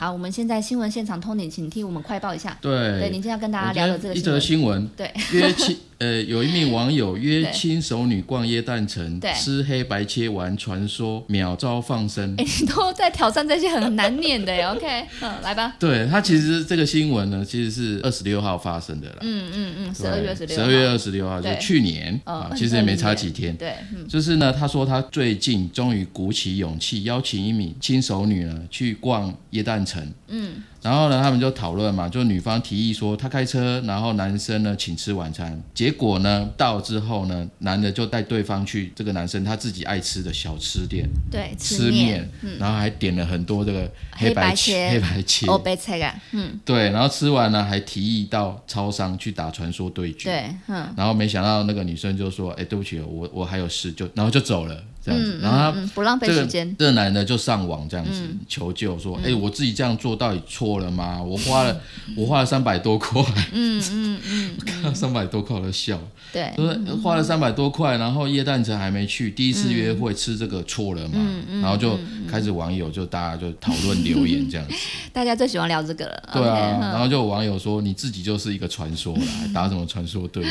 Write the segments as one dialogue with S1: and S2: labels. S1: 好，我们现在新闻现场，Tony，请替我们快报一下。
S2: 对，
S1: 对，您今天要跟大家聊的这个
S2: 一
S1: 新
S2: 则
S1: 闻，
S2: 新闻，
S1: 对，
S2: 约亲呃，有一名网友约
S1: 对
S2: 亲熟女逛耶诞城
S1: 对，
S2: 吃黑白切完，传说秒遭放生。
S1: 哎，你都在挑战这些很难念的耶 ，OK，嗯，来吧，
S2: 对他其实这个新闻呢，其实是二十六号发生的啦，
S1: 嗯嗯嗯，十二月十六，
S2: 十二月，二十六号，就
S1: 对
S2: 是去年
S1: 呃
S2: 啊，
S1: 2020
S2: 其实也没差几天。
S1: 对，嗯
S2: 就是呢，他说他最近终于鼓起勇气邀请一名亲熟女呢去逛耶诞城，
S1: 嗯，
S2: 然后呢，他们就讨论嘛，就女方提议说她开车，然后男生呢请吃晚餐。结果呢，到之后呢，男的就带对方去这个男生他自己爱吃的小吃店
S1: 对，
S2: 吃
S1: 面，
S2: 面，然后还点了很多这个
S1: 黑白
S2: 白
S1: 切
S2: 黑白切，
S1: 哦，白菜啊，嗯，
S2: 对，然后吃完呢还提议到超商去打传说对决。
S1: 对，嗯
S2: 然后没想到那个女生就说：“哎，对不起，我我还有事，就然后就走了这样子。然后他
S1: 嗯，不浪费
S2: 这
S1: 时
S2: 个
S1: 间，嗯
S2: 这个男的就上网这样子、求救，说：“哎、我自己这样做到底错了吗？我花了我花了三百多块，
S1: 嗯嗯嗯，
S2: 我看到三百多块我就笑，
S1: 对，
S2: 就是花了三百多块，然后夜蛋城还没去，第一次约
S1: 嗯
S2: 会吃这个错了嘛？然后就开始网友就大家就讨论留言这样子，
S1: 大家最喜欢聊这个了，
S2: 对
S1: OK，
S2: 啊，
S1: 嗯
S2: 然后就有网友说你自己就是一个传说 啦，还打什么传说对决？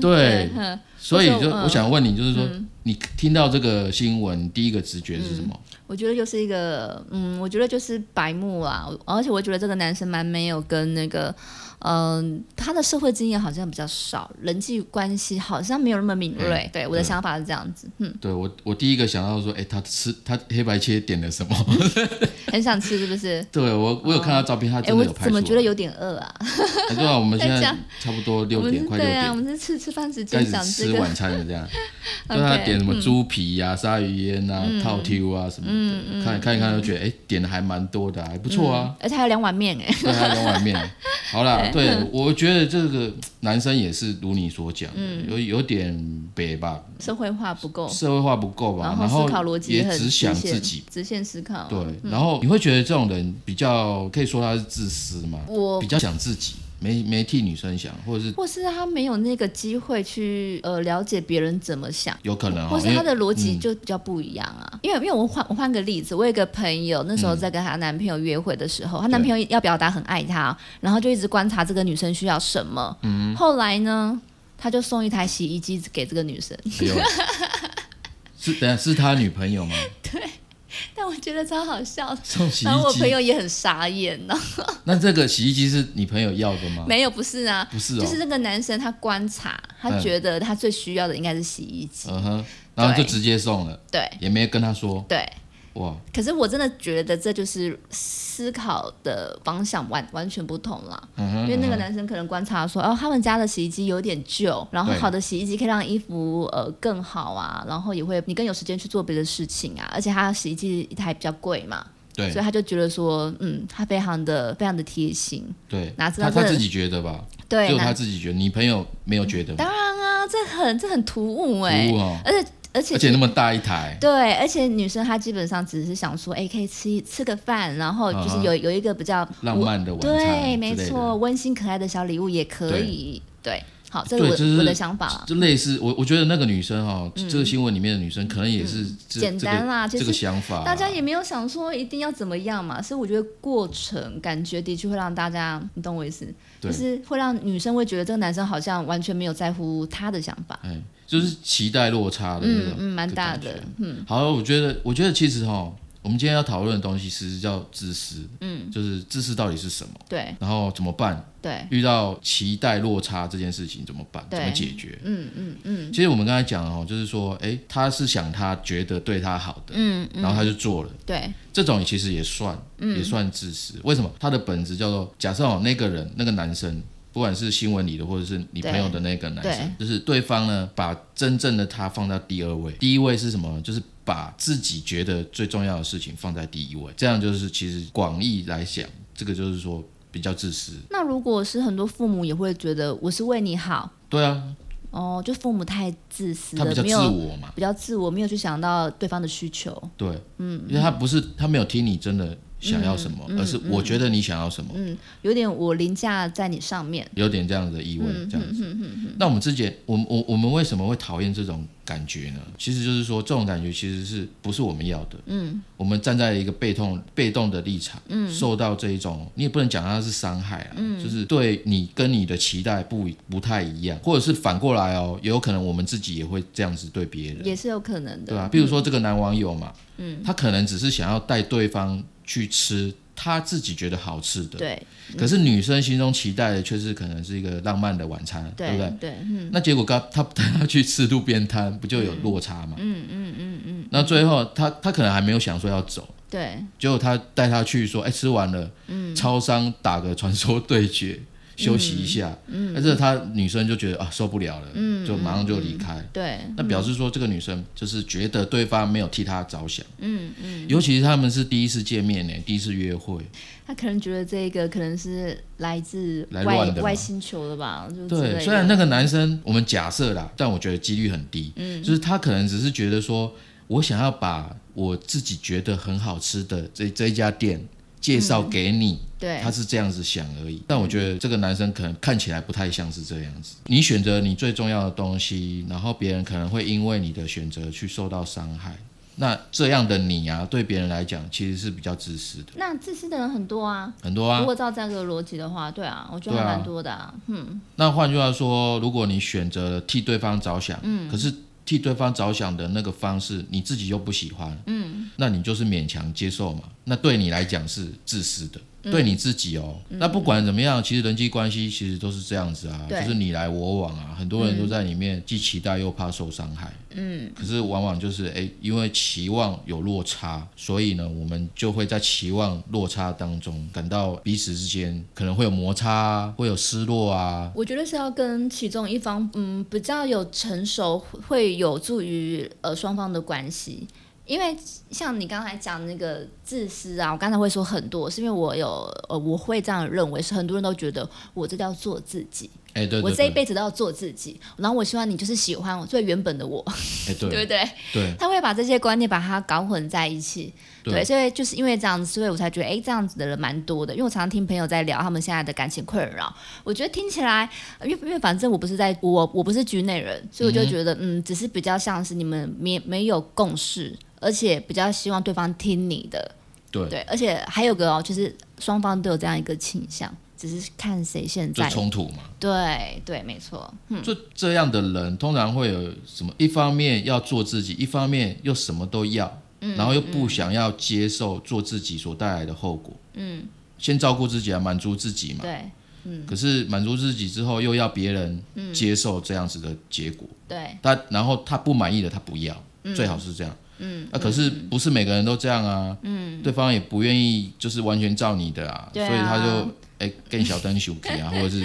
S2: 对，所以
S1: 我
S2: 就
S1: 嗯就嗯嗯
S2: 我想问你，就是说、你听到这个新闻，第一个直觉是什么？
S1: 我觉得就是一个，嗯，我觉得就是白目啊，而且我觉得这个男生蛮没有跟那个，嗯、他的社会经验好像比较少，人际关系好像没有那么敏锐。对，我的
S2: 嗯对
S1: 想法是这样子，嗯，
S2: 对我，我第一个想到说，哎，他吃他黑白切点了什么？
S1: 很想吃是不是？
S2: 对我，我有看他照片，他
S1: 哎、
S2: 啊真
S1: 我
S2: 的有拍
S1: 怎
S2: 出来。
S1: 么觉得有点饿啊？
S2: 哎对啊，我们现
S1: 在
S2: 在
S1: 讲
S2: 差不多
S1: 我
S2: 六
S1: 们是
S2: 点，快六
S1: 对啊，我
S2: 点
S1: 们是吃吃饭时
S2: 开
S1: 间
S2: 始
S1: 想这
S2: 吃
S1: 个，
S2: 晚餐了，这样。对
S1: OK，嗯
S2: 他点什么猪皮呀、鲨鱼烟啊、套 Q 啊什么
S1: 嗯
S2: 的，看看一看就觉得，哎，点的还蛮多的啊，还不错啊。
S1: 而且还有两碗面哎、
S2: 对，还有 两碗面。好啦，对，我觉得这个男生也是如你所讲的，
S1: 嗯
S2: 有有点北吧，
S1: 社会化不够，
S2: 社会化不够吧，然
S1: 哦思
S2: 后
S1: 考逻辑
S2: 也
S1: 很哦
S2: 只
S1: 直
S2: 想
S1: 线，
S2: 自己
S1: 直线思考。
S2: 对，然后你会觉得这种人比较可以说他是自私嘛，
S1: 我
S2: 比较想自己，没没替女生想，或者是
S1: 或是他没有那个机会去呃了解别人怎么想。
S2: 有可能
S1: 或
S2: 哦，
S1: 是
S2: 因
S1: 他
S2: 为
S1: 的逻辑就比较不一样啊。因为因为我换我换个例子，我有一个朋友，那时候在跟她男朋友约会的时候，她、男朋友要表达很爱她，然后就一直观察这个女生需要什么。
S2: 嗯
S1: 后来呢，他就送一台洗衣机给这个女生，
S2: 哎呦是等下是他女朋友吗？
S1: 但我觉得超好笑的。
S2: 送洗
S1: 然后
S2: 衣
S1: 我朋
S2: 机，哦
S1: 友也很傻眼呢、
S2: 那这个洗衣机是你朋友要的吗？
S1: 没有，不是啊，
S2: 不是哦
S1: 就是这个男生他观察，他
S2: 嗯
S1: 觉得他最需要的应该是洗衣机，
S2: 嗯哼，然后
S1: 对
S2: 就直接送了，
S1: 对
S2: 也没跟他说，
S1: 对。
S2: 哇，
S1: 可是我真的觉得这就是思考的方向完完全不同啦。
S2: 嗯哼，
S1: 因为那个男生可能观察说，哦，他们家的洗衣机有点旧，然后
S2: 对
S1: 好的洗衣机可以让衣服呃更好啊，然后也会你更有时间去做别的事情啊，而且他洗衣机还比较贵嘛，
S2: 对
S1: 所以他就觉得说，嗯，他非常的非常的贴心，
S2: 对，
S1: 哪
S2: 他
S1: 知道
S2: 他
S1: 这
S2: 自己觉得吧，只
S1: 对，
S2: 有
S1: 那
S2: 他自己觉得，你朋友没有觉得吗，
S1: 当然啊，这很这很突兀哎、
S2: 服务哦，
S1: 而且而且
S2: 而且那么大一台，
S1: 对，而且女生她基本上只是想说，哎，可以吃一吃个饭，然后就是有、有一个比较
S2: 啊浪漫的晚餐之类
S1: 对，
S2: 的，
S1: 没错，温馨可爱的小礼物也可以。对，好，这是
S2: 对
S1: 我、
S2: 就是
S1: 我的想法啦。
S2: 就类似我，我觉得那个女生哈、这个新闻里面的女生可能也是这、
S1: 嗯简单啦
S2: 这
S1: 其
S2: 个
S1: 实
S2: 这个想法啦，啊
S1: 大家也没有想说一定要怎么样嘛，所以我觉得过程感觉的确会让大家，你懂我意思，就
S2: 对
S1: 是会让女生会觉得这个男生好像完全没有在乎她的想法，
S2: 哎，就是期待落差的那
S1: 嗯
S2: 种，
S1: 嗯，蛮大
S2: 这
S1: 的嗯
S2: 感觉，好，我觉得，我觉得其实哈、哦我们今天要讨论的东西其实叫自私，嗯，就是自私到底是什么，
S1: 对
S2: 然后怎么办？
S1: 对，
S2: 遇到期待落差这件事情怎么办？
S1: 对
S2: 怎么解决？
S1: 嗯嗯嗯
S2: 其实我们刚才讲哦，就是说，哎，他是想他觉得对他好的，
S1: 嗯
S2: 然后他就做了。
S1: 对
S2: 这种其实也算，也算自私。为什么？它的本质叫做，假设哦，那个人那个男生，不管是新闻里的，或者是你
S1: 对
S2: 朋友的那个男生，就是对方呢，把真正的他放到第二位，第一位是什么？就是把自己觉得最重要的事情放在第一位，这样就是其实广义来讲，这个就是说比较自私。
S1: 那如果是很多父母也会觉得我是为你好，
S2: 对啊，
S1: 哦，就父母太自私
S2: 他比
S1: 了，
S2: 较
S1: 没
S2: 自
S1: 有
S2: 我嘛，
S1: 比较自我，没有去想到对方的需求。
S2: 对，嗯，因为他不是他没有听你真的想要什么，而是我觉得你想要什么。
S1: 嗯，有点我凌驾在你上面。
S2: 嗯有点这样子的意味，这样子。那我们之前，我们我我们为什么会讨厌这种感觉呢？其实就是说，这种感觉其实是不是我们要的？嗯，我们站在一个被动被动的立场，嗯，受到这一种，你也不能讲它是伤害啊，嗯，就是对你跟你的期待不一不太一样，或者是反过来哦，也有可能我们自己也会这样子对别人，
S1: 也是有可能的。
S2: 对吧、啊比如说这个男网友嘛，嗯，他可能只是想要带对方去吃他自己觉得好吃的，
S1: 对
S2: 可是女生心中期待的却是可能是一个浪漫的晚餐，对不对
S1: 对？对，嗯
S2: 那结果刚他带他去吃路边摊，不就有落差嘛？嗯嗯嗯嗯。那最后他他可能还没有想说要走，
S1: 对，
S2: 结果他带他去说，哎，吃完了，嗯，超商打个传说对决，休息一下，嗯，但是他女生就觉得啊受不了了，嗯，就马上就离开。
S1: 对，
S2: 那表示说，这个女生就是觉得对方没有替她着想，嗯嗯，尤其是他们是第一次见面呢，第一次约会，
S1: 他可能觉得这个可能是来自
S2: 来
S1: 外
S2: 乱的嘛
S1: 外星球的吧，就之类
S2: 对，
S1: 的
S2: 虽然那个男生，我们假设啦，但我觉得几率很低。嗯，就是他可能只是觉得说，我想要把我自己觉得很好吃的这这一家店介绍给你，
S1: 对
S2: 他是这样子想而已。但我觉得这个男生可能看起来不太像是这样子。你选择你最重要的东西，然后别人可能会因为你的选择去受到伤害。那这样的你啊，对别人来讲其实是比较自私的，
S1: 那自私的人很多啊。
S2: 很多啊
S1: 如。果照这样的逻辑的话，对啊，我觉得还
S2: 对啊
S1: 蛮多的啊。
S2: 那换句话说，如果你选择了替对方着想，可是替对方着想的那个方式你自己又不喜欢，那你就是勉强接受嘛。那对你来讲是自私的。对你自己哦，那不管怎么样，其实人际关系其实都是这样子啊，就
S1: 对
S2: 是你来我往啊，很多人都在里面既期待又怕受伤害，嗯，可是往往就是哎，因为期望有落差，所以呢，我们就会在期望落差当中感到彼此之间可能会有摩擦、啊，会有失落啊，
S1: 我觉得是要跟其中一方，嗯，比较有成熟，会有助于呃双方的关系。因为像你刚才讲那个自私啊，我刚才会说很多，是因为我有呃，我会这样认为，是很多人都觉得我这叫做自己，
S2: 哎、对
S1: 我这
S2: 对对，
S1: 一辈子都要做自己。然后我希望你就是喜欢我最原本的我，
S2: 哎、对
S1: 对
S2: 对
S1: 不对？
S2: 对
S1: 他会把这些观念把它搞混在一起，
S2: 对
S1: 所以就是因为这样子，所以我才觉得，哎，这样子的人蛮多的。因为我常常听朋友在聊他们现在的感情困扰，我觉得听起来，呃因为因为反正我不是在我我不是局内人，所以我就觉得，嗯只是比较像是你们没没有共识，而且比较希望对方听你的，
S2: 对，
S1: 对，而且还有个哦，就是双方都有这样一个倾向，只是看谁现
S2: 就
S1: 在，嗯
S2: 冲突嘛。
S1: 对对，没错，
S2: 就这样的人，通常会有什么？一方面要做自己，一方面又什么都要，
S1: 嗯
S2: 然后又不想要接受做自己所带来的后果。嗯，先照顾自己啊，满足自己嘛。
S1: 对
S2: 可是满足自己之后，又要别人
S1: 嗯
S2: 接受这样子的结果。
S1: 对
S2: 他然后他不满意的他不要，最好是这样。嗯，啊，可是不是每个人都这样啊。嗯，对方也不愿意就是完全照你的啊，
S1: 对啊
S2: 所以他就哎更小灯熊皮啊， 或者是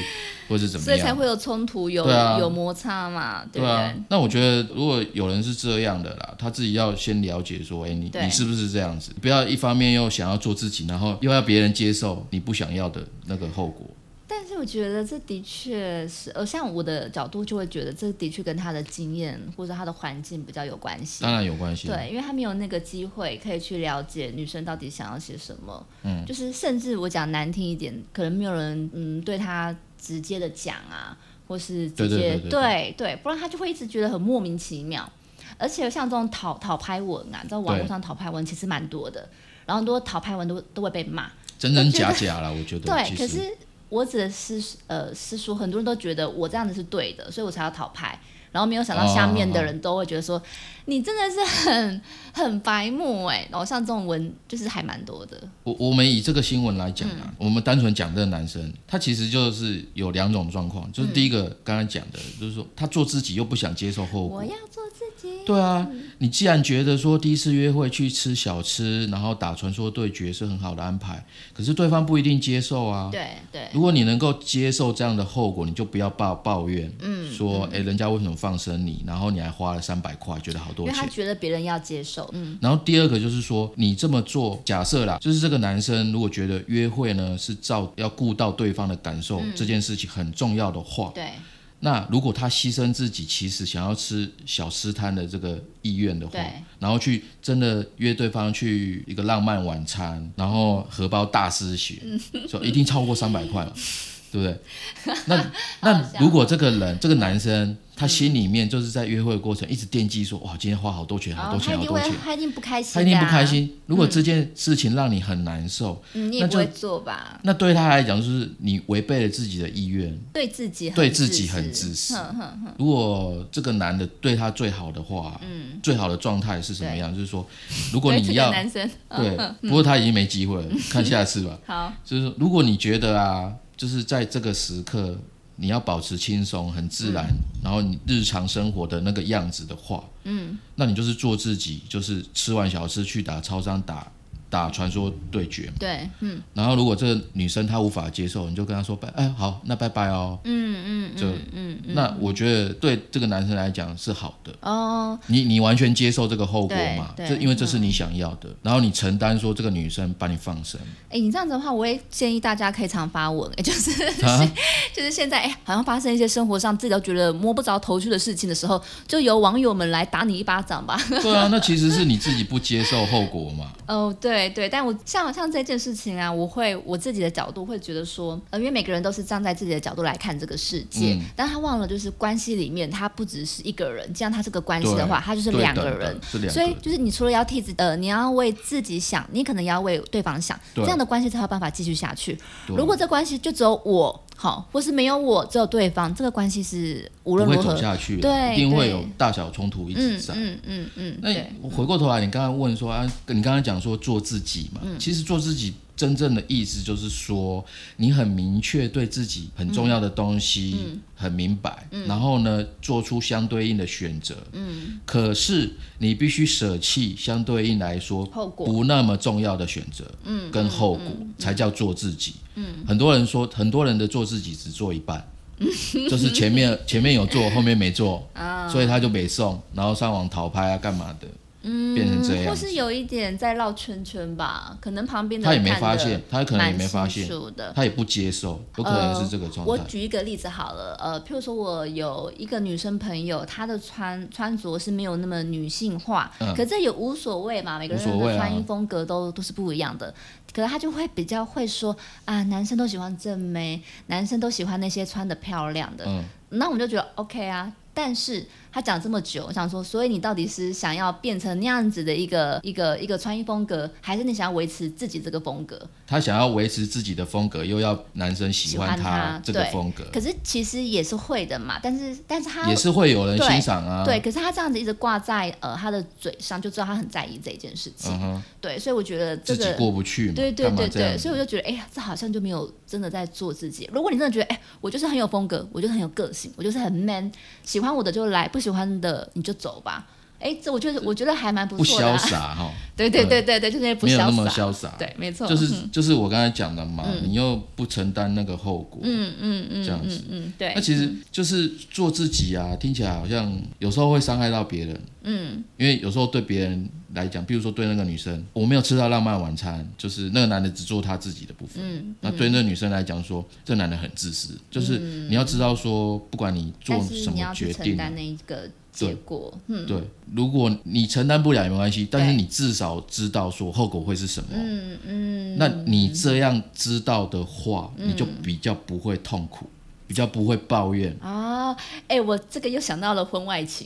S2: 或者是怎么
S1: 所
S2: 样，
S1: 以才会有冲突，有、
S2: 对啊
S1: 有摩擦嘛，对不对？
S2: 啊，那我觉得如果有人是这样的啦，他自己要先了解说，哎、你
S1: 对
S2: 你是不是这样子？不要一方面又想要做自己，然后又要别人接受你不想要的那个后果。
S1: 但是我觉得这的确是，呃，像我的角度就会觉得这的确跟他的经验或者他的环境比较有关系
S2: 当。然有关系，
S1: 对，因为他没有那个机会可以去了解女生到底想要些什么，嗯，就是甚至我讲难听一点，可能没有人嗯对他直接的讲啊，或是直
S2: 对对
S1: 接
S2: 对对
S1: 对不然他就会一直觉得很莫名其妙。而且像这种讨讨拍文啊，你知道网络
S2: 对
S1: 上讨拍文其实蛮多的，然后很多讨拍文都都会被骂，
S2: 真真假假啦，我觉得。
S1: 对，
S2: 其
S1: 可
S2: 实
S1: 是我指的是呃是说，很多人都觉得我这样子是对的，所以我才要讨拍。然后没有想到下面的人都会觉得说，你真的是很很白目哎、然后像这种文就是还蛮多的，
S2: 我我们以这个新闻来讲
S1: 嗯
S2: 啊，我们单纯讲这个男生，他其实就是有两种状况，就是
S1: 嗯
S2: 第一个刚刚讲的，就是说他做自己又不想接受后果
S1: 我。嗯要做自己。
S2: 对啊，你既然觉得说第一次约会去吃小吃，然后打传说对决是很好的安排，可是对方不一定接受啊。
S1: 对对
S2: 如果你能够接受这样的后果，你就不要抱抱怨，嗯，说哎、诶人家为什么放生你，然后你还花了三百块，觉得好
S1: 因
S2: 多
S1: 为
S2: 钱
S1: 他。觉得别人要接受，嗯，
S2: 然后第二个就是说，你这么做，假设啦，就是这个男生如果觉得约会呢是照要顾到对方的感
S1: 嗯
S2: 受、这件事情很重要的话，
S1: 对
S2: 那如果他牺牲自己，其实想要吃小吃摊的这个意愿的话
S1: 对，
S2: 然后去真的约对方去一个
S1: 嗯
S2: 浪漫晚餐，然后荷包大失血，说一定超过三百块嘛，对 不对？那那如果这个人，这个男生，他心里面就是在约会的过程一直惦记说，哇，今天花好多钱，
S1: 哦
S2: 好多
S1: 他一
S2: 钱，好
S1: 定
S2: 多
S1: 会
S2: 钱，，
S1: 他一定不开心、啊
S2: 他一定不开，心。如果这件事情让你很难受，
S1: 嗯，你也
S2: 那
S1: 不
S2: 就
S1: 会做吧？
S2: 那对他来讲就是你违背了自己的意愿。
S1: 对自己很
S2: 对自己很自私
S1: 哼哼哼，
S2: 如果这个男的对他最好的话，嗯，最好的状态是什么样？就是说，如果
S1: 对
S2: 你
S1: 这个
S2: 要
S1: 男嗯生
S2: 对，不过他已经没机会了，看下次吧。
S1: 好，
S2: 就是说如果你觉得啊，就是在这个时刻，你要保持轻松、很自然，
S1: 嗯
S2: 然后你日常生活的那个样子的话，嗯，那你就是做自己，就是吃完小吃去打超商打打传说对决。
S1: 对，嗯
S2: 然后如果这个女生她无法接受，你就跟她说拜，哎，好，那拜拜哦。
S1: 嗯嗯
S2: 就
S1: 嗯嗯嗯，
S2: 那我觉得对这个男生来讲是好的，
S1: 哦，
S2: 你你完全接受这个后果
S1: 对
S2: 嘛？
S1: 对嗯
S2: 这因为这是你想要的，然后你承担说这个女生把你放生
S1: 哎，你这样子的话，我也建议大家可以常发文，哎，就是
S2: 啊，
S1: 就是现在，哎、好像发生一些生活上自己都觉得摸不着头绪的事情的时候，就由网友们来打你一巴掌吧。
S2: 对啊，那其实是你自己不接受后果嘛。
S1: 哦，对对，但我像像这件事情啊，我会我自己的角度会觉得说，呃，因为每个人都是站在自己的角度来看这个世界，
S2: 嗯
S1: 但他忘了就是关系里面，他不只是一个人，这样他这个关系的话，他就是
S2: 对
S1: 两个
S2: 等
S1: 人
S2: 等。是两个
S1: 所以
S2: 人。
S1: 就是你除了要替自呃，你要为自己想，你可能也要为对方想，
S2: 对
S1: 这样的关系才有办法继续下去。
S2: 对
S1: 如果这关系就只有我好，或是没有我，只有对方，这个关系是无
S2: 不
S1: 论
S2: 会
S1: 如
S2: 走
S1: 何，
S2: 下去啦，啊
S1: 对
S2: 一定会
S1: 对
S2: 有大小冲突一直
S1: 嗯
S2: 在。
S1: 嗯嗯嗯，
S2: 那
S1: 对，
S2: 我回过头来，你刚刚问说啊，你刚刚讲说做自己嘛，其实做自己真正的意思就是说，你很明确对自己很重要的东西、很明白，然后呢，做出相对应的选择。嗯，可是你必须舍弃相对应来说
S1: 后果
S2: 不那么重要的选择，嗯，跟后果才叫做自己。嗯，很多人说，很多人的做自己只做一半。 就是前面前面有做，后面没做，
S1: 啊
S2: 所以他就没送，然后上网逃拍啊，干嘛的，变成这
S1: 嗯，或
S2: 样。
S1: 是有一点在绕圈圈吧，可能旁边的
S2: 他也
S1: 人
S2: 没
S1: 看
S2: 发
S1: 得
S2: 现，他可能也
S1: 蛮
S2: 没发
S1: 清
S2: 现，
S1: 楚的。
S2: 他也不接受，有可能是这个状
S1: 呃我
S2: 态。
S1: 举一个例子好了，呃，譬如说我有一个女生朋友，她的穿穿着是没有那么女性化，
S2: 嗯
S1: 可这也无所谓嘛，每个
S2: 无
S1: 人
S2: 所谓
S1: 的
S2: 啊
S1: 穿衣风格都、都是不一样的。可是她就会比较会说啊，男生都喜欢正妹，男生都喜欢那些穿的漂亮的。
S2: 嗯
S1: 那我们就觉得 OK 啊。但是她讲这么久，我想说，所以你到底是想要变成那样子的一个一个一个穿衣风格，还是你想要维持自己这个风格？
S2: 他想要维持自己的风格，又要男生喜欢
S1: 喜欢他
S2: 这个
S1: 对
S2: 风格，
S1: 可是其实也是会的嘛，但是但是他
S2: 也是会有人
S1: 对
S2: 欣赏啊。
S1: 对，可是他这样子一直挂在呃他的嘴上，就知道他很在意这一件事情。
S2: 嗯哼，
S1: 对，所以我觉得这
S2: 自己
S1: 个。
S2: 过不去嘛，
S1: 对对
S2: 干嘛
S1: 对
S2: 这样
S1: 对，
S2: 子
S1: 所以我就觉得，哎呀，这好像就没有真的在做自己。如果你真的觉得，哎，我就是很有风格，我就是很有个性，我就是很 man，喜欢我的就来，不喜欢的你就走吧。哎，这我觉得我觉得还蛮不
S2: 不
S1: 错的、
S2: 潇
S1: 啊。
S2: 洒哈，
S1: 对对对对对，就是 不
S2: 没有那
S1: 潇
S2: 么
S1: 洒。
S2: 潇洒。
S1: 对，嗯没错。嗯
S2: 就是就是我刚才讲的嘛，你又不承担那个后果，嗯嗯嗯，这样子。
S1: 嗯，对
S2: 那。其实就是做自己啊，听起来好像有时候会伤害到别人，嗯，因为有时候对别人来讲，比如说对那个女生，我没有吃到浪漫晚餐，就是那个男的只做他自己的部分，嗯，那对那个女生来讲说，这男的很自私，就是你要知道说，不管你做
S1: 嗯但是
S2: 什
S1: 你要
S2: 么
S1: 去
S2: 决
S1: 承
S2: 定，啊
S1: 担那一个结果。
S2: 对，如果你承担不了也没关系，但是
S1: 对
S2: 你至少知道说后果会是什么，
S1: 嗯嗯，。
S2: 那你这样知道的话，你就比较不会痛苦，比较不会抱怨
S1: 哦，哎、我这个又想到了婚外情，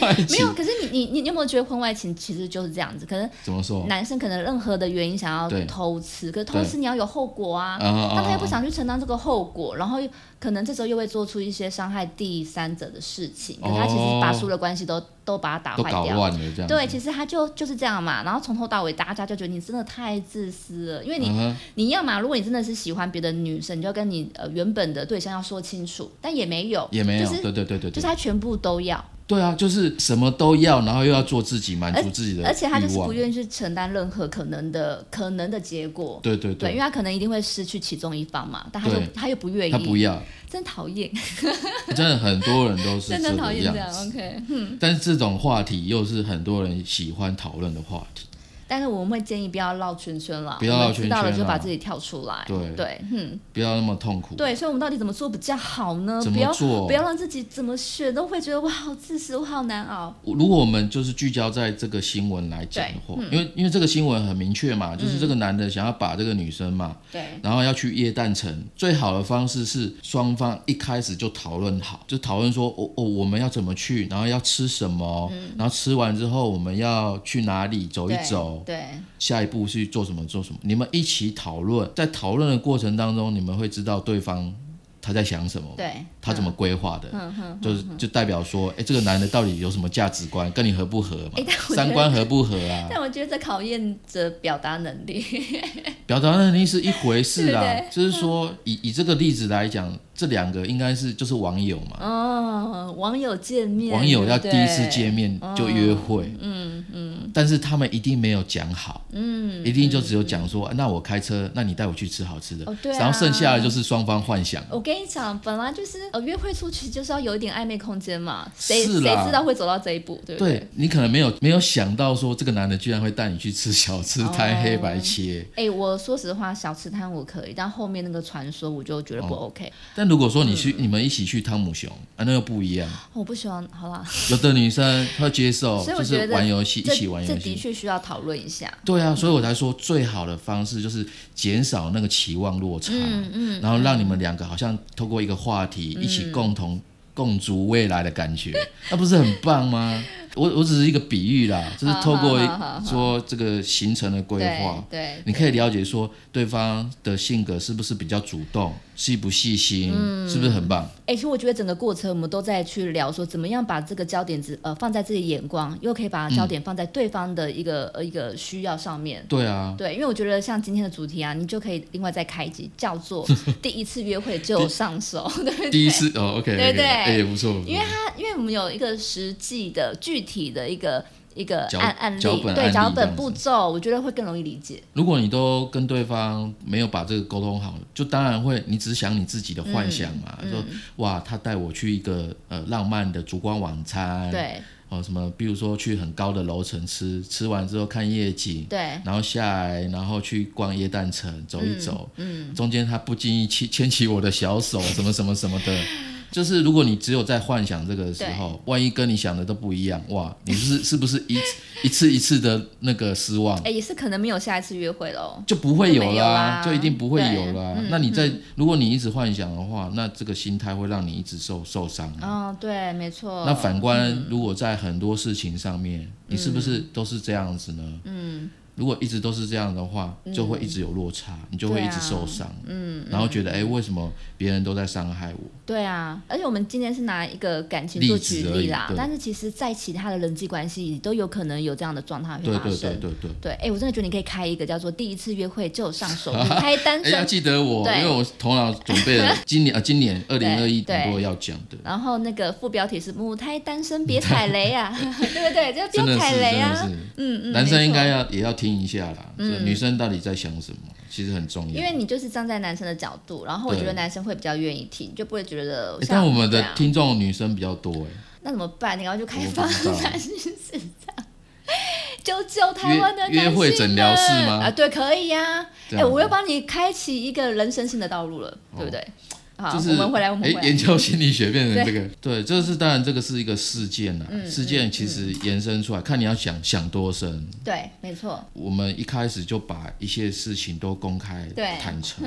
S2: 外
S1: 没
S2: 情
S1: 有。可是你你你你有没有觉得婚外情其实就是这样子？可能
S2: 怎么说？
S1: 男生可能任何的原因想
S2: 哦对
S1: 要偷吃，可是偷吃你要有后果啊。
S2: 啊
S1: 但他又不想去承担这个后果，然后又可能这时候又会做出一些伤害第三者的事情，可是他其实把
S2: 哦
S1: 所有的关系都都把它打
S2: 都
S1: 坏
S2: 搞
S1: 掉。
S2: 乱了这样。
S1: 对，，其实他就就是这样嘛，然后从头到尾大家就觉得你真的太自私了，因为你、
S2: 嗯哼
S1: 你要嘛，如果你真的是喜欢别的女生，你就跟你呃原本的对象要说清楚，但也没有，
S2: 也没有
S1: 就，是
S2: 对对对对
S1: 就是
S2: 对，
S1: 他全部都要，
S2: 对啊，就是什么都要，然后又要做自己，满足自己的欲望。
S1: 而且他就是不愿意去承担任何可能的可能的结果。
S2: 对对
S1: 对，因，为他可能一定会失去其中一方嘛，但他就
S2: 对
S1: 他又不愿意，
S2: 他不要，
S1: 真讨厌，
S2: 真的很多人都是
S1: 真
S2: 这
S1: 的讨
S2: 个
S1: 厌这
S2: 样
S1: 样。
S2: 子。
S1: OK，
S2: 但是这种话题又是很多人喜欢讨论的话题，
S1: 但是我们会建议不要绕圈圈啦，
S2: 不要绕
S1: 我们知道
S2: 圈
S1: 了
S2: 圈
S1: 就把
S2: 啦
S1: 自己跳出来。
S2: 对
S1: 对，嗯，
S2: 不要那么痛苦。，
S1: 对，所以我们到底怎么做比较好呢？
S2: 怎
S1: 不要
S2: 么做？
S1: 不要让自己怎么选都会觉得哇，好自私，我好难熬。
S2: 如果我们就是聚焦在这个新闻来讲的话，
S1: 嗯
S2: 因为因为这个新闻很明确嘛，就是这个男的想要把这个女生嘛，
S1: 对，
S2: 然后要去夜诞城，最好的方式是双方一开始就讨论好，就讨论说哦哦我们要怎么去，然后要吃什么，
S1: 嗯
S2: 然后吃完之后我们要去哪里走一
S1: 对
S2: 走，
S1: 对，
S2: 下一步去做什么做什么，你们一起讨论，在讨论的过程当中，你们会知道对方他在想什么。
S1: 对，嗯
S2: 他怎么规划的，就是就代表说，哎、这个男的到底有什么价值观，跟你合不合嘛？
S1: 诶但我觉得
S2: 三观合不合 啊？
S1: 但我觉得这考验着表达能力。
S2: 表达能力是一回事啦，
S1: 对
S2: 就是说，以以这个例子来讲，这两个应该是就是网友嘛，
S1: 哦，网友见面，
S2: 网友要
S1: 对
S2: 第
S1: 不对
S2: 一次见面就约会，嗯嗯，但是他们一定没有讲好，嗯，一定就只有讲说，啊那我开车，那你带我去吃好吃的，
S1: 哦对啊
S2: 然后剩下的就是双方幻想，
S1: 我跟你讲，本来就是呃，约会出去就是要有一点暧昧空间嘛，谁
S2: 是
S1: 谁
S2: 啦
S1: 知道会走到这一步，对不对？
S2: 对你可能没有没有想到说这个男的居然会带你去吃小吃摊
S1: 哦
S2: 黑白切，
S1: 哎、我说实话，小吃摊我可以，但后面那个传说我就觉得不
S2: 哦
S1: OK，、
S2: 但如果说你
S1: 嗯
S2: 去、你们一起去汤姆熊啊，那又不一样。
S1: 哦我不喜欢。好啦，
S2: 有的女生她接受，
S1: 所以
S2: 就
S1: 我
S2: 是
S1: 觉得
S2: 玩游戏，一
S1: 这
S2: 起玩
S1: 这
S2: 游
S1: 的
S2: 戏。
S1: 确需要讨论一下。
S2: 对啊，所以我才说最好的方式就是减少那个期望落差，
S1: 嗯嗯，
S2: 然后让你们两个好像透过一个话题一起共同、共筑未来的感觉，那不是很棒吗？我我只是一个比喻啦，就是透过一
S1: 好好好好
S2: 说这个行程的规划
S1: 对，对，
S2: 你可以了解说对方的性格是不是比较主动，细不细心，是不是很棒？
S1: 哎、其实我觉得整个过程我们都在去聊说，怎么样把这个焦点只呃放在自己的眼光，又可以把焦点放在对方的一个、呃一个需要上面。
S2: 对啊，
S1: 对，因为我觉得像今天的主题啊，你就可以另外再开一集，叫 做“第一次约会就上手”，对不对？
S2: 第一次哦，OK，
S1: 对对
S2: 哎、也不错，不错
S1: 因为他因为我们有一个实际的、具体的一个一个
S2: 脚
S1: 案案例，
S2: 脚本案
S1: 对
S2: 例
S1: 脚
S2: 这
S1: 本
S2: 样子
S1: 步骤，我觉得会更容易理解。
S2: 如果你都跟对方没有把这个沟通好，就当然会，你只想你自己的幻想嘛，说哇，他带我去一个呃浪漫的烛光晚餐，，
S1: 对
S2: 哦什么，比如说去很高的楼层吃，吃完之后看夜景，
S1: 对
S2: 然后下来，然后去逛耶诞城走一走，嗯，中间他不经意牵牵起我的小手，什么什么什么的。就是如果你只有在幻想这个的时候，万一跟你想的都不一样，哇，你是是不是一次一次一次的那个失望
S1: 哎、，也是可能没有下一次约会喽。
S2: 就不会有
S1: 就没有
S2: 啦，
S1: 啦
S2: 就一定不会
S1: 对嗯
S2: 有啦。那你在如果你一直幻想的话，那这个心态会让你一直受受伤。啊
S1: 嗯、对，没错。
S2: 那反
S1: 嗯
S2: 观，如果在很多事情上面，你是不是都是这样子呢？嗯，如果一直都是这样的话，就会一直有落差，你就
S1: 嗯
S2: 会
S1: 对
S2: 一
S1: 啊
S2: 直受伤，嗯，然后觉得哎、诶为什么别人都在伤害我？
S1: 对啊，而且我们今天是拿一个感情
S2: 例
S1: 做
S2: 子
S1: 举
S2: 而已
S1: 例啦
S2: 对，
S1: 但是其实在其他的人际关系都有可能有这样的状态会
S2: 对
S1: 发
S2: 对对
S1: 生。
S2: 对对。
S1: 对，哎、我真的觉得你可以开一个叫做“第一次约会就上 手”，你开单
S2: 哎、要
S1: 身，
S2: 记得我，
S1: 对
S2: 因为我头脑准备了今年啊，今年二零二 一
S1: 对
S2: 很多要讲的，
S1: 然后那个副标题是“母胎单身别踩雷啊”， 对不对？就
S2: 哎真
S1: 不
S2: 的
S1: 要
S2: 是
S1: 踩
S2: 真
S1: 雷
S2: 的
S1: 啊
S2: 是。，
S1: 嗯嗯，
S2: 男生
S1: 没
S2: 应
S1: 错嗯
S2: 该要也要听一下啦，这女生到底在想什么，其实很重要。
S1: 因为你就是站在男生的角度，然后我
S2: 对
S1: 觉得男生会比较愿意听，就不会觉得
S2: 诶
S1: 像
S2: 但我们
S1: 这
S2: 的
S1: 样
S2: 听众女生比较多、哎诶
S1: 那怎么办？你要去开
S2: 我不
S1: 放
S2: 知道
S1: 男性市场，救救台湾的男性
S2: 约约会诊疗室
S1: 们
S2: 吗
S1: 啊，对，可以呀、啊。
S2: 这
S1: 哎、
S2: 样哦
S1: 我又帮你开启一个人生性的道路了，对不对？好，
S2: 就是
S1: 我们回来，我们
S2: 诶
S1: 回来。
S2: 研究心理学变成这个，对，这是当然这个是一个事件啦，
S1: 嗯
S2: 事件其实延伸出来，看你要想想多深。
S1: 对，没错，
S2: 我们一开始就把一些事情都公开
S1: 对
S2: 坦诚，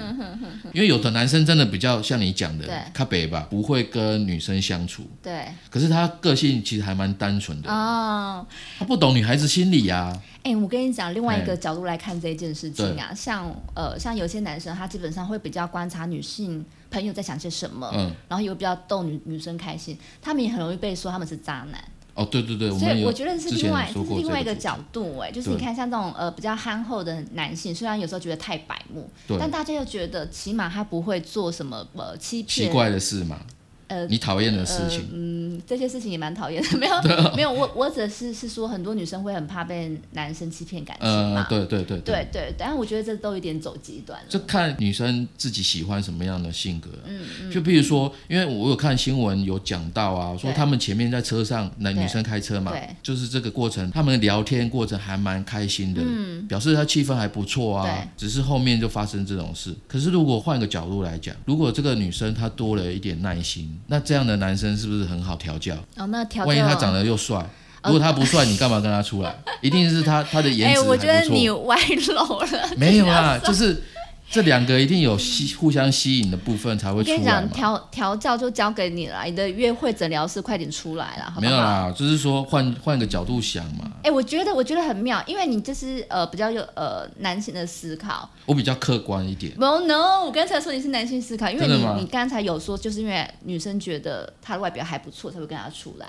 S2: 因为有的男生真的比较像你讲的
S1: 对，
S2: 他北吧，不会跟女生相处，
S1: 对
S2: 可是他个性其实还蛮单纯的，
S1: 哦，
S2: 他不懂女孩子心理啊，
S1: 哎、我跟你讲，另外一个角度来看这件事情啊，像呃，像有些男生他基本上会比较观察女性朋友在想些什么，
S2: 嗯，
S1: 然后也会比较逗女女生开心，他们也很容易被说他们是渣男。
S2: 哦，对对对，我
S1: 所
S2: 们
S1: 以
S2: 有
S1: 我觉得是
S2: 之
S1: 另
S2: 前
S1: 外
S2: 说
S1: 是
S2: 过
S1: 另外一
S2: 这
S1: 个
S2: 个
S1: 角度哎、就是你
S2: 对
S1: 看像这种呃比较憨厚的男性，虽然有时候觉得太白目
S2: 对，
S1: 但大家又觉得起码他不会做什么呃欺
S2: 奇
S1: 骗，
S2: 怪的事嘛，
S1: 呃
S2: 你讨厌的事
S1: 呃
S2: 情，
S1: 嗯，这些事情也蛮讨厌的。没 有，
S2: 啊
S1: 没有，我我只是是说，很多女生会很怕被男生欺骗感情
S2: 呃
S1: 嘛，。
S2: 对对对
S1: 对对，但我觉得这都有点走极端
S2: 就
S1: 了。
S2: 看女生自己喜欢什么样的性格、嗯嗯，就比如说，因为我有看新闻有讲到啊，说
S1: 对
S2: 他们前面在车上，男
S1: 对
S2: 女生开车嘛
S1: 对，
S2: 就是这个过程，他们聊天过程还蛮开心的，嗯，表示他气氛还不错啊
S1: 对。
S2: 只是后面就发生这种事。可是如果换个角度来讲，如果这个女生她多了一点耐心，那这样的男生是不是很好调教？
S1: 哦，那调
S2: 万一他长
S1: 得。
S2: 得又帅，如果他不帅，你干嘛跟他出来？一定是他他的颜值
S1: 哎，
S2: 还不错。
S1: 我觉得你歪楼 了。
S2: 没有啦，就是这两个一定有吸互相吸引的部分才
S1: 我
S2: 会出
S1: 跟你
S2: 来
S1: 讲，
S2: 嘛。
S1: 调调教就交给你了，你的约会诊疗室快点出来了，好不
S2: 没有
S1: 好？
S2: 啦，就是说换换个角度想嘛，
S1: 哎、我觉得我觉得很妙，因为你就是呃比较有呃男性的思考。
S2: 我比较客观一点。
S1: No no，我刚才说你是男性思考，因为
S2: 真的
S1: 你
S2: 吗
S1: 你刚才有说，就是因为女生觉得他的外表还不错才会跟他出来，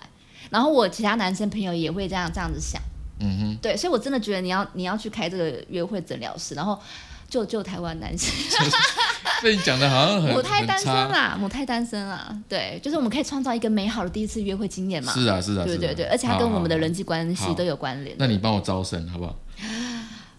S1: 然后我其他男生朋友也会这样这样子想。
S2: 嗯哼，
S1: 对，所以我真的觉得你要你要去开这个约会诊疗室，然后救救台湾男性，
S2: 被你讲的好像很
S1: 母胎单
S2: 哎很
S1: 身
S2: 差。
S1: 啦，母胎单身啦，对，就是我们可以创造一个美好的第一次约会经验嘛。
S2: 是啊，是啊，
S1: 对
S2: 是啊
S1: 对对，而且它跟我们的。
S2: 好好
S1: 人际关
S2: 好
S1: 系都有关联。
S2: 那你帮我招生好不好？
S1: 嗯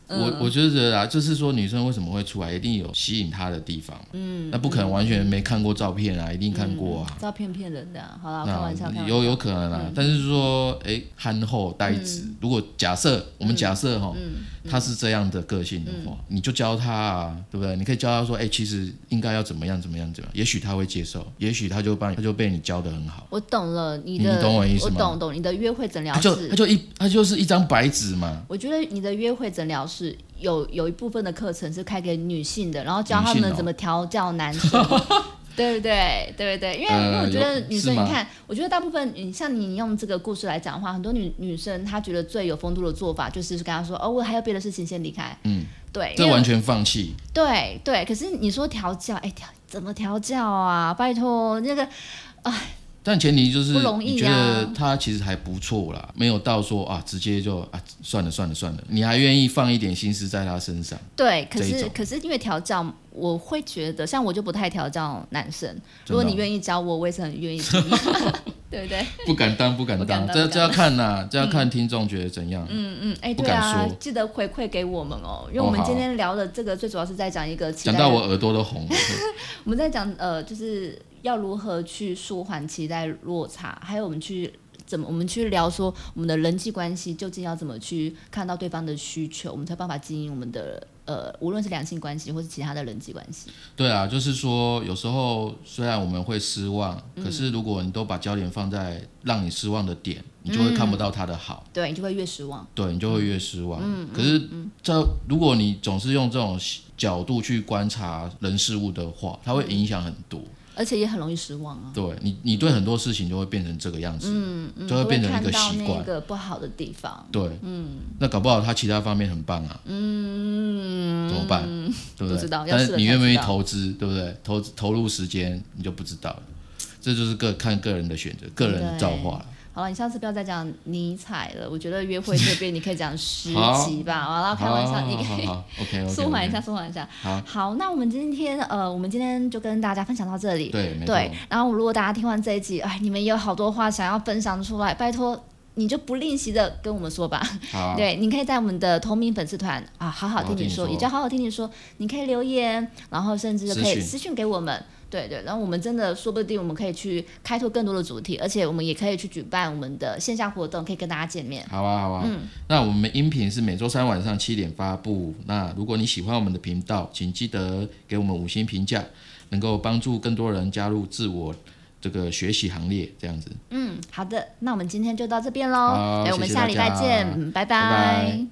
S2: 我我就觉得啊，就是说女生为什么会出来，一定有吸引她的地方嘛。嗯，那不可能完全没看过照片啊，一定看过啊。
S1: 照片骗人的啊、好啦，开玩笑，开
S2: 那
S1: 玩笑。嗯
S2: 有有可能啊，但是说，哎，憨厚呆子，如果假设我们假设哈，
S1: 嗯
S2: 他是这样的个性的话，你就教他啊，对不对？你可以教他说，哎，其实应该要怎么样怎么样怎么样，也许他会接受，也许他就帮你，他就被你教的很好，
S1: 我懂了，你
S2: 你
S1: 的，
S2: 你懂我意思吗
S1: 懂懂你的约会诊疗
S2: 他就他
S1: 室。
S2: 就一他就是一张白纸嘛，
S1: 我觉得你的约会诊疗室有有一部分的课程是开给女性的，然后教
S2: 女
S1: 他
S2: 性
S1: 们
S2: 哦
S1: 怎么调教男生， 对不对？对不对？因为、
S2: 呃
S1: 因为我觉得
S2: 有
S1: 女生，
S2: 是吗
S1: 你看，我觉得大部分你像你用这个故事来讲的话，很多女女生她觉得最有风度的做法就是跟她说：“哦，我还有别的事情，先离开。”
S2: 嗯，
S1: 对，因
S2: 这
S1: 为
S2: 完全放弃，
S1: 对对，可是你说调教，哎调怎么调教啊？拜托，那个
S2: 但前提就是
S1: 不容易啊
S2: 你觉得他其实还不错啦，没有到说啊直接就啊算了算了算了，你还愿意放一点心思在他身上，
S1: 对，可
S2: 这一
S1: 是
S2: 种
S1: 可是因为调教，我会觉得像我就不太调教男生。
S2: 真
S1: 如果
S2: 的
S1: 你
S2: 哦
S1: 愿意教我，我也是很愿意 听， 对不对？
S2: 不敢当，不敢
S1: 不
S2: 当，
S1: 敢当
S2: 这
S1: 不敢
S2: 要
S1: 当
S2: 这要看呐、这要看听众觉得怎样。
S1: 嗯嗯，哎，
S2: 不
S1: 对
S2: 敢
S1: 啊
S2: 说，
S1: 记得回馈给我们哦，因为
S2: 哦
S1: 我们
S2: 好
S1: 今天聊的这个最主要是在讲一个期
S2: 讲
S1: 待，
S2: 到我耳朵都红了，
S1: 我们在讲呃，就是要如何去舒缓期待落差，还有我们去。怎么？我们去聊说我们的人际关系究竟要怎么去看到对方的需求，我们才有办法经营我们的呃，无论是两性关系或是其他的人际关系。
S2: 对啊，就是说有时候虽然我们会失望，
S1: 嗯
S2: 可是如果你都把焦点放在让你失望的点，你就会看不到他的好，
S1: 对你就会越失望。
S2: 对你就会越失
S1: 嗯
S2: 望。可是这如果你总是用这种角度去观察人事物的话，它会影响很多。
S1: 而且也很容易失望啊。
S2: 对你，你对很多事情就会变成这个样子，
S1: 嗯
S2: 就会
S1: 都
S2: 变成一
S1: 看
S2: 个
S1: 到
S2: 习
S1: 那
S2: 惯。
S1: 个不好的地方，
S2: 对，嗯，那搞不好他其他方面很棒啊，嗯，怎么办？对不对？
S1: 不知道要
S2: 但
S1: 试
S2: 是
S1: 了
S2: 你
S1: 才
S2: 愿不愿意
S1: 知道
S2: 投资，对不对？投投入时间，你就不知道了。这就是个看个人的选择，个人的造化了。
S1: 好了，你下次不要再讲尼采了。我觉得约会这边你可以讲十
S2: 好
S1: 集吧。好了，
S2: 好
S1: 开玩笑，你
S2: 好好
S1: 可以
S2: 好，OK OK，
S1: 舒缓一下，。舒缓一下。
S2: 好
S1: 那我们今天呃，我们今天就跟大家分享到这里。
S2: 对，没错。
S1: 对，然后如果大家听完这一集，哎，你们也有好多话想要分享出来，拜托你就不吝惜的跟我们说吧。
S2: 好，
S1: 对，你可以在我们的同名粉丝团啊，好好听你
S2: 好好听你说
S1: 说，也叫好好听你说，你可以留言，然后甚至
S2: 私
S1: 可以
S2: 讯
S1: 私讯给我们。对对，然后我们真的说不定我们可以去开拓更多的主题，而且我们也可以去举办我们的线下活动，可以跟大家见面。
S2: 好啊，好啊。那我们音频是每周三晚上七点发布。那如果你喜欢我们的频道，请记得给我们五星评价，能够帮助更多人加入自我这个学习行列，这样子。
S1: 嗯，好的，那我们今天就到这边
S2: 好
S1: 喽，对，我们
S2: 谢谢
S1: 下礼拜
S2: 大家
S1: 见，嗯拜
S2: 拜拜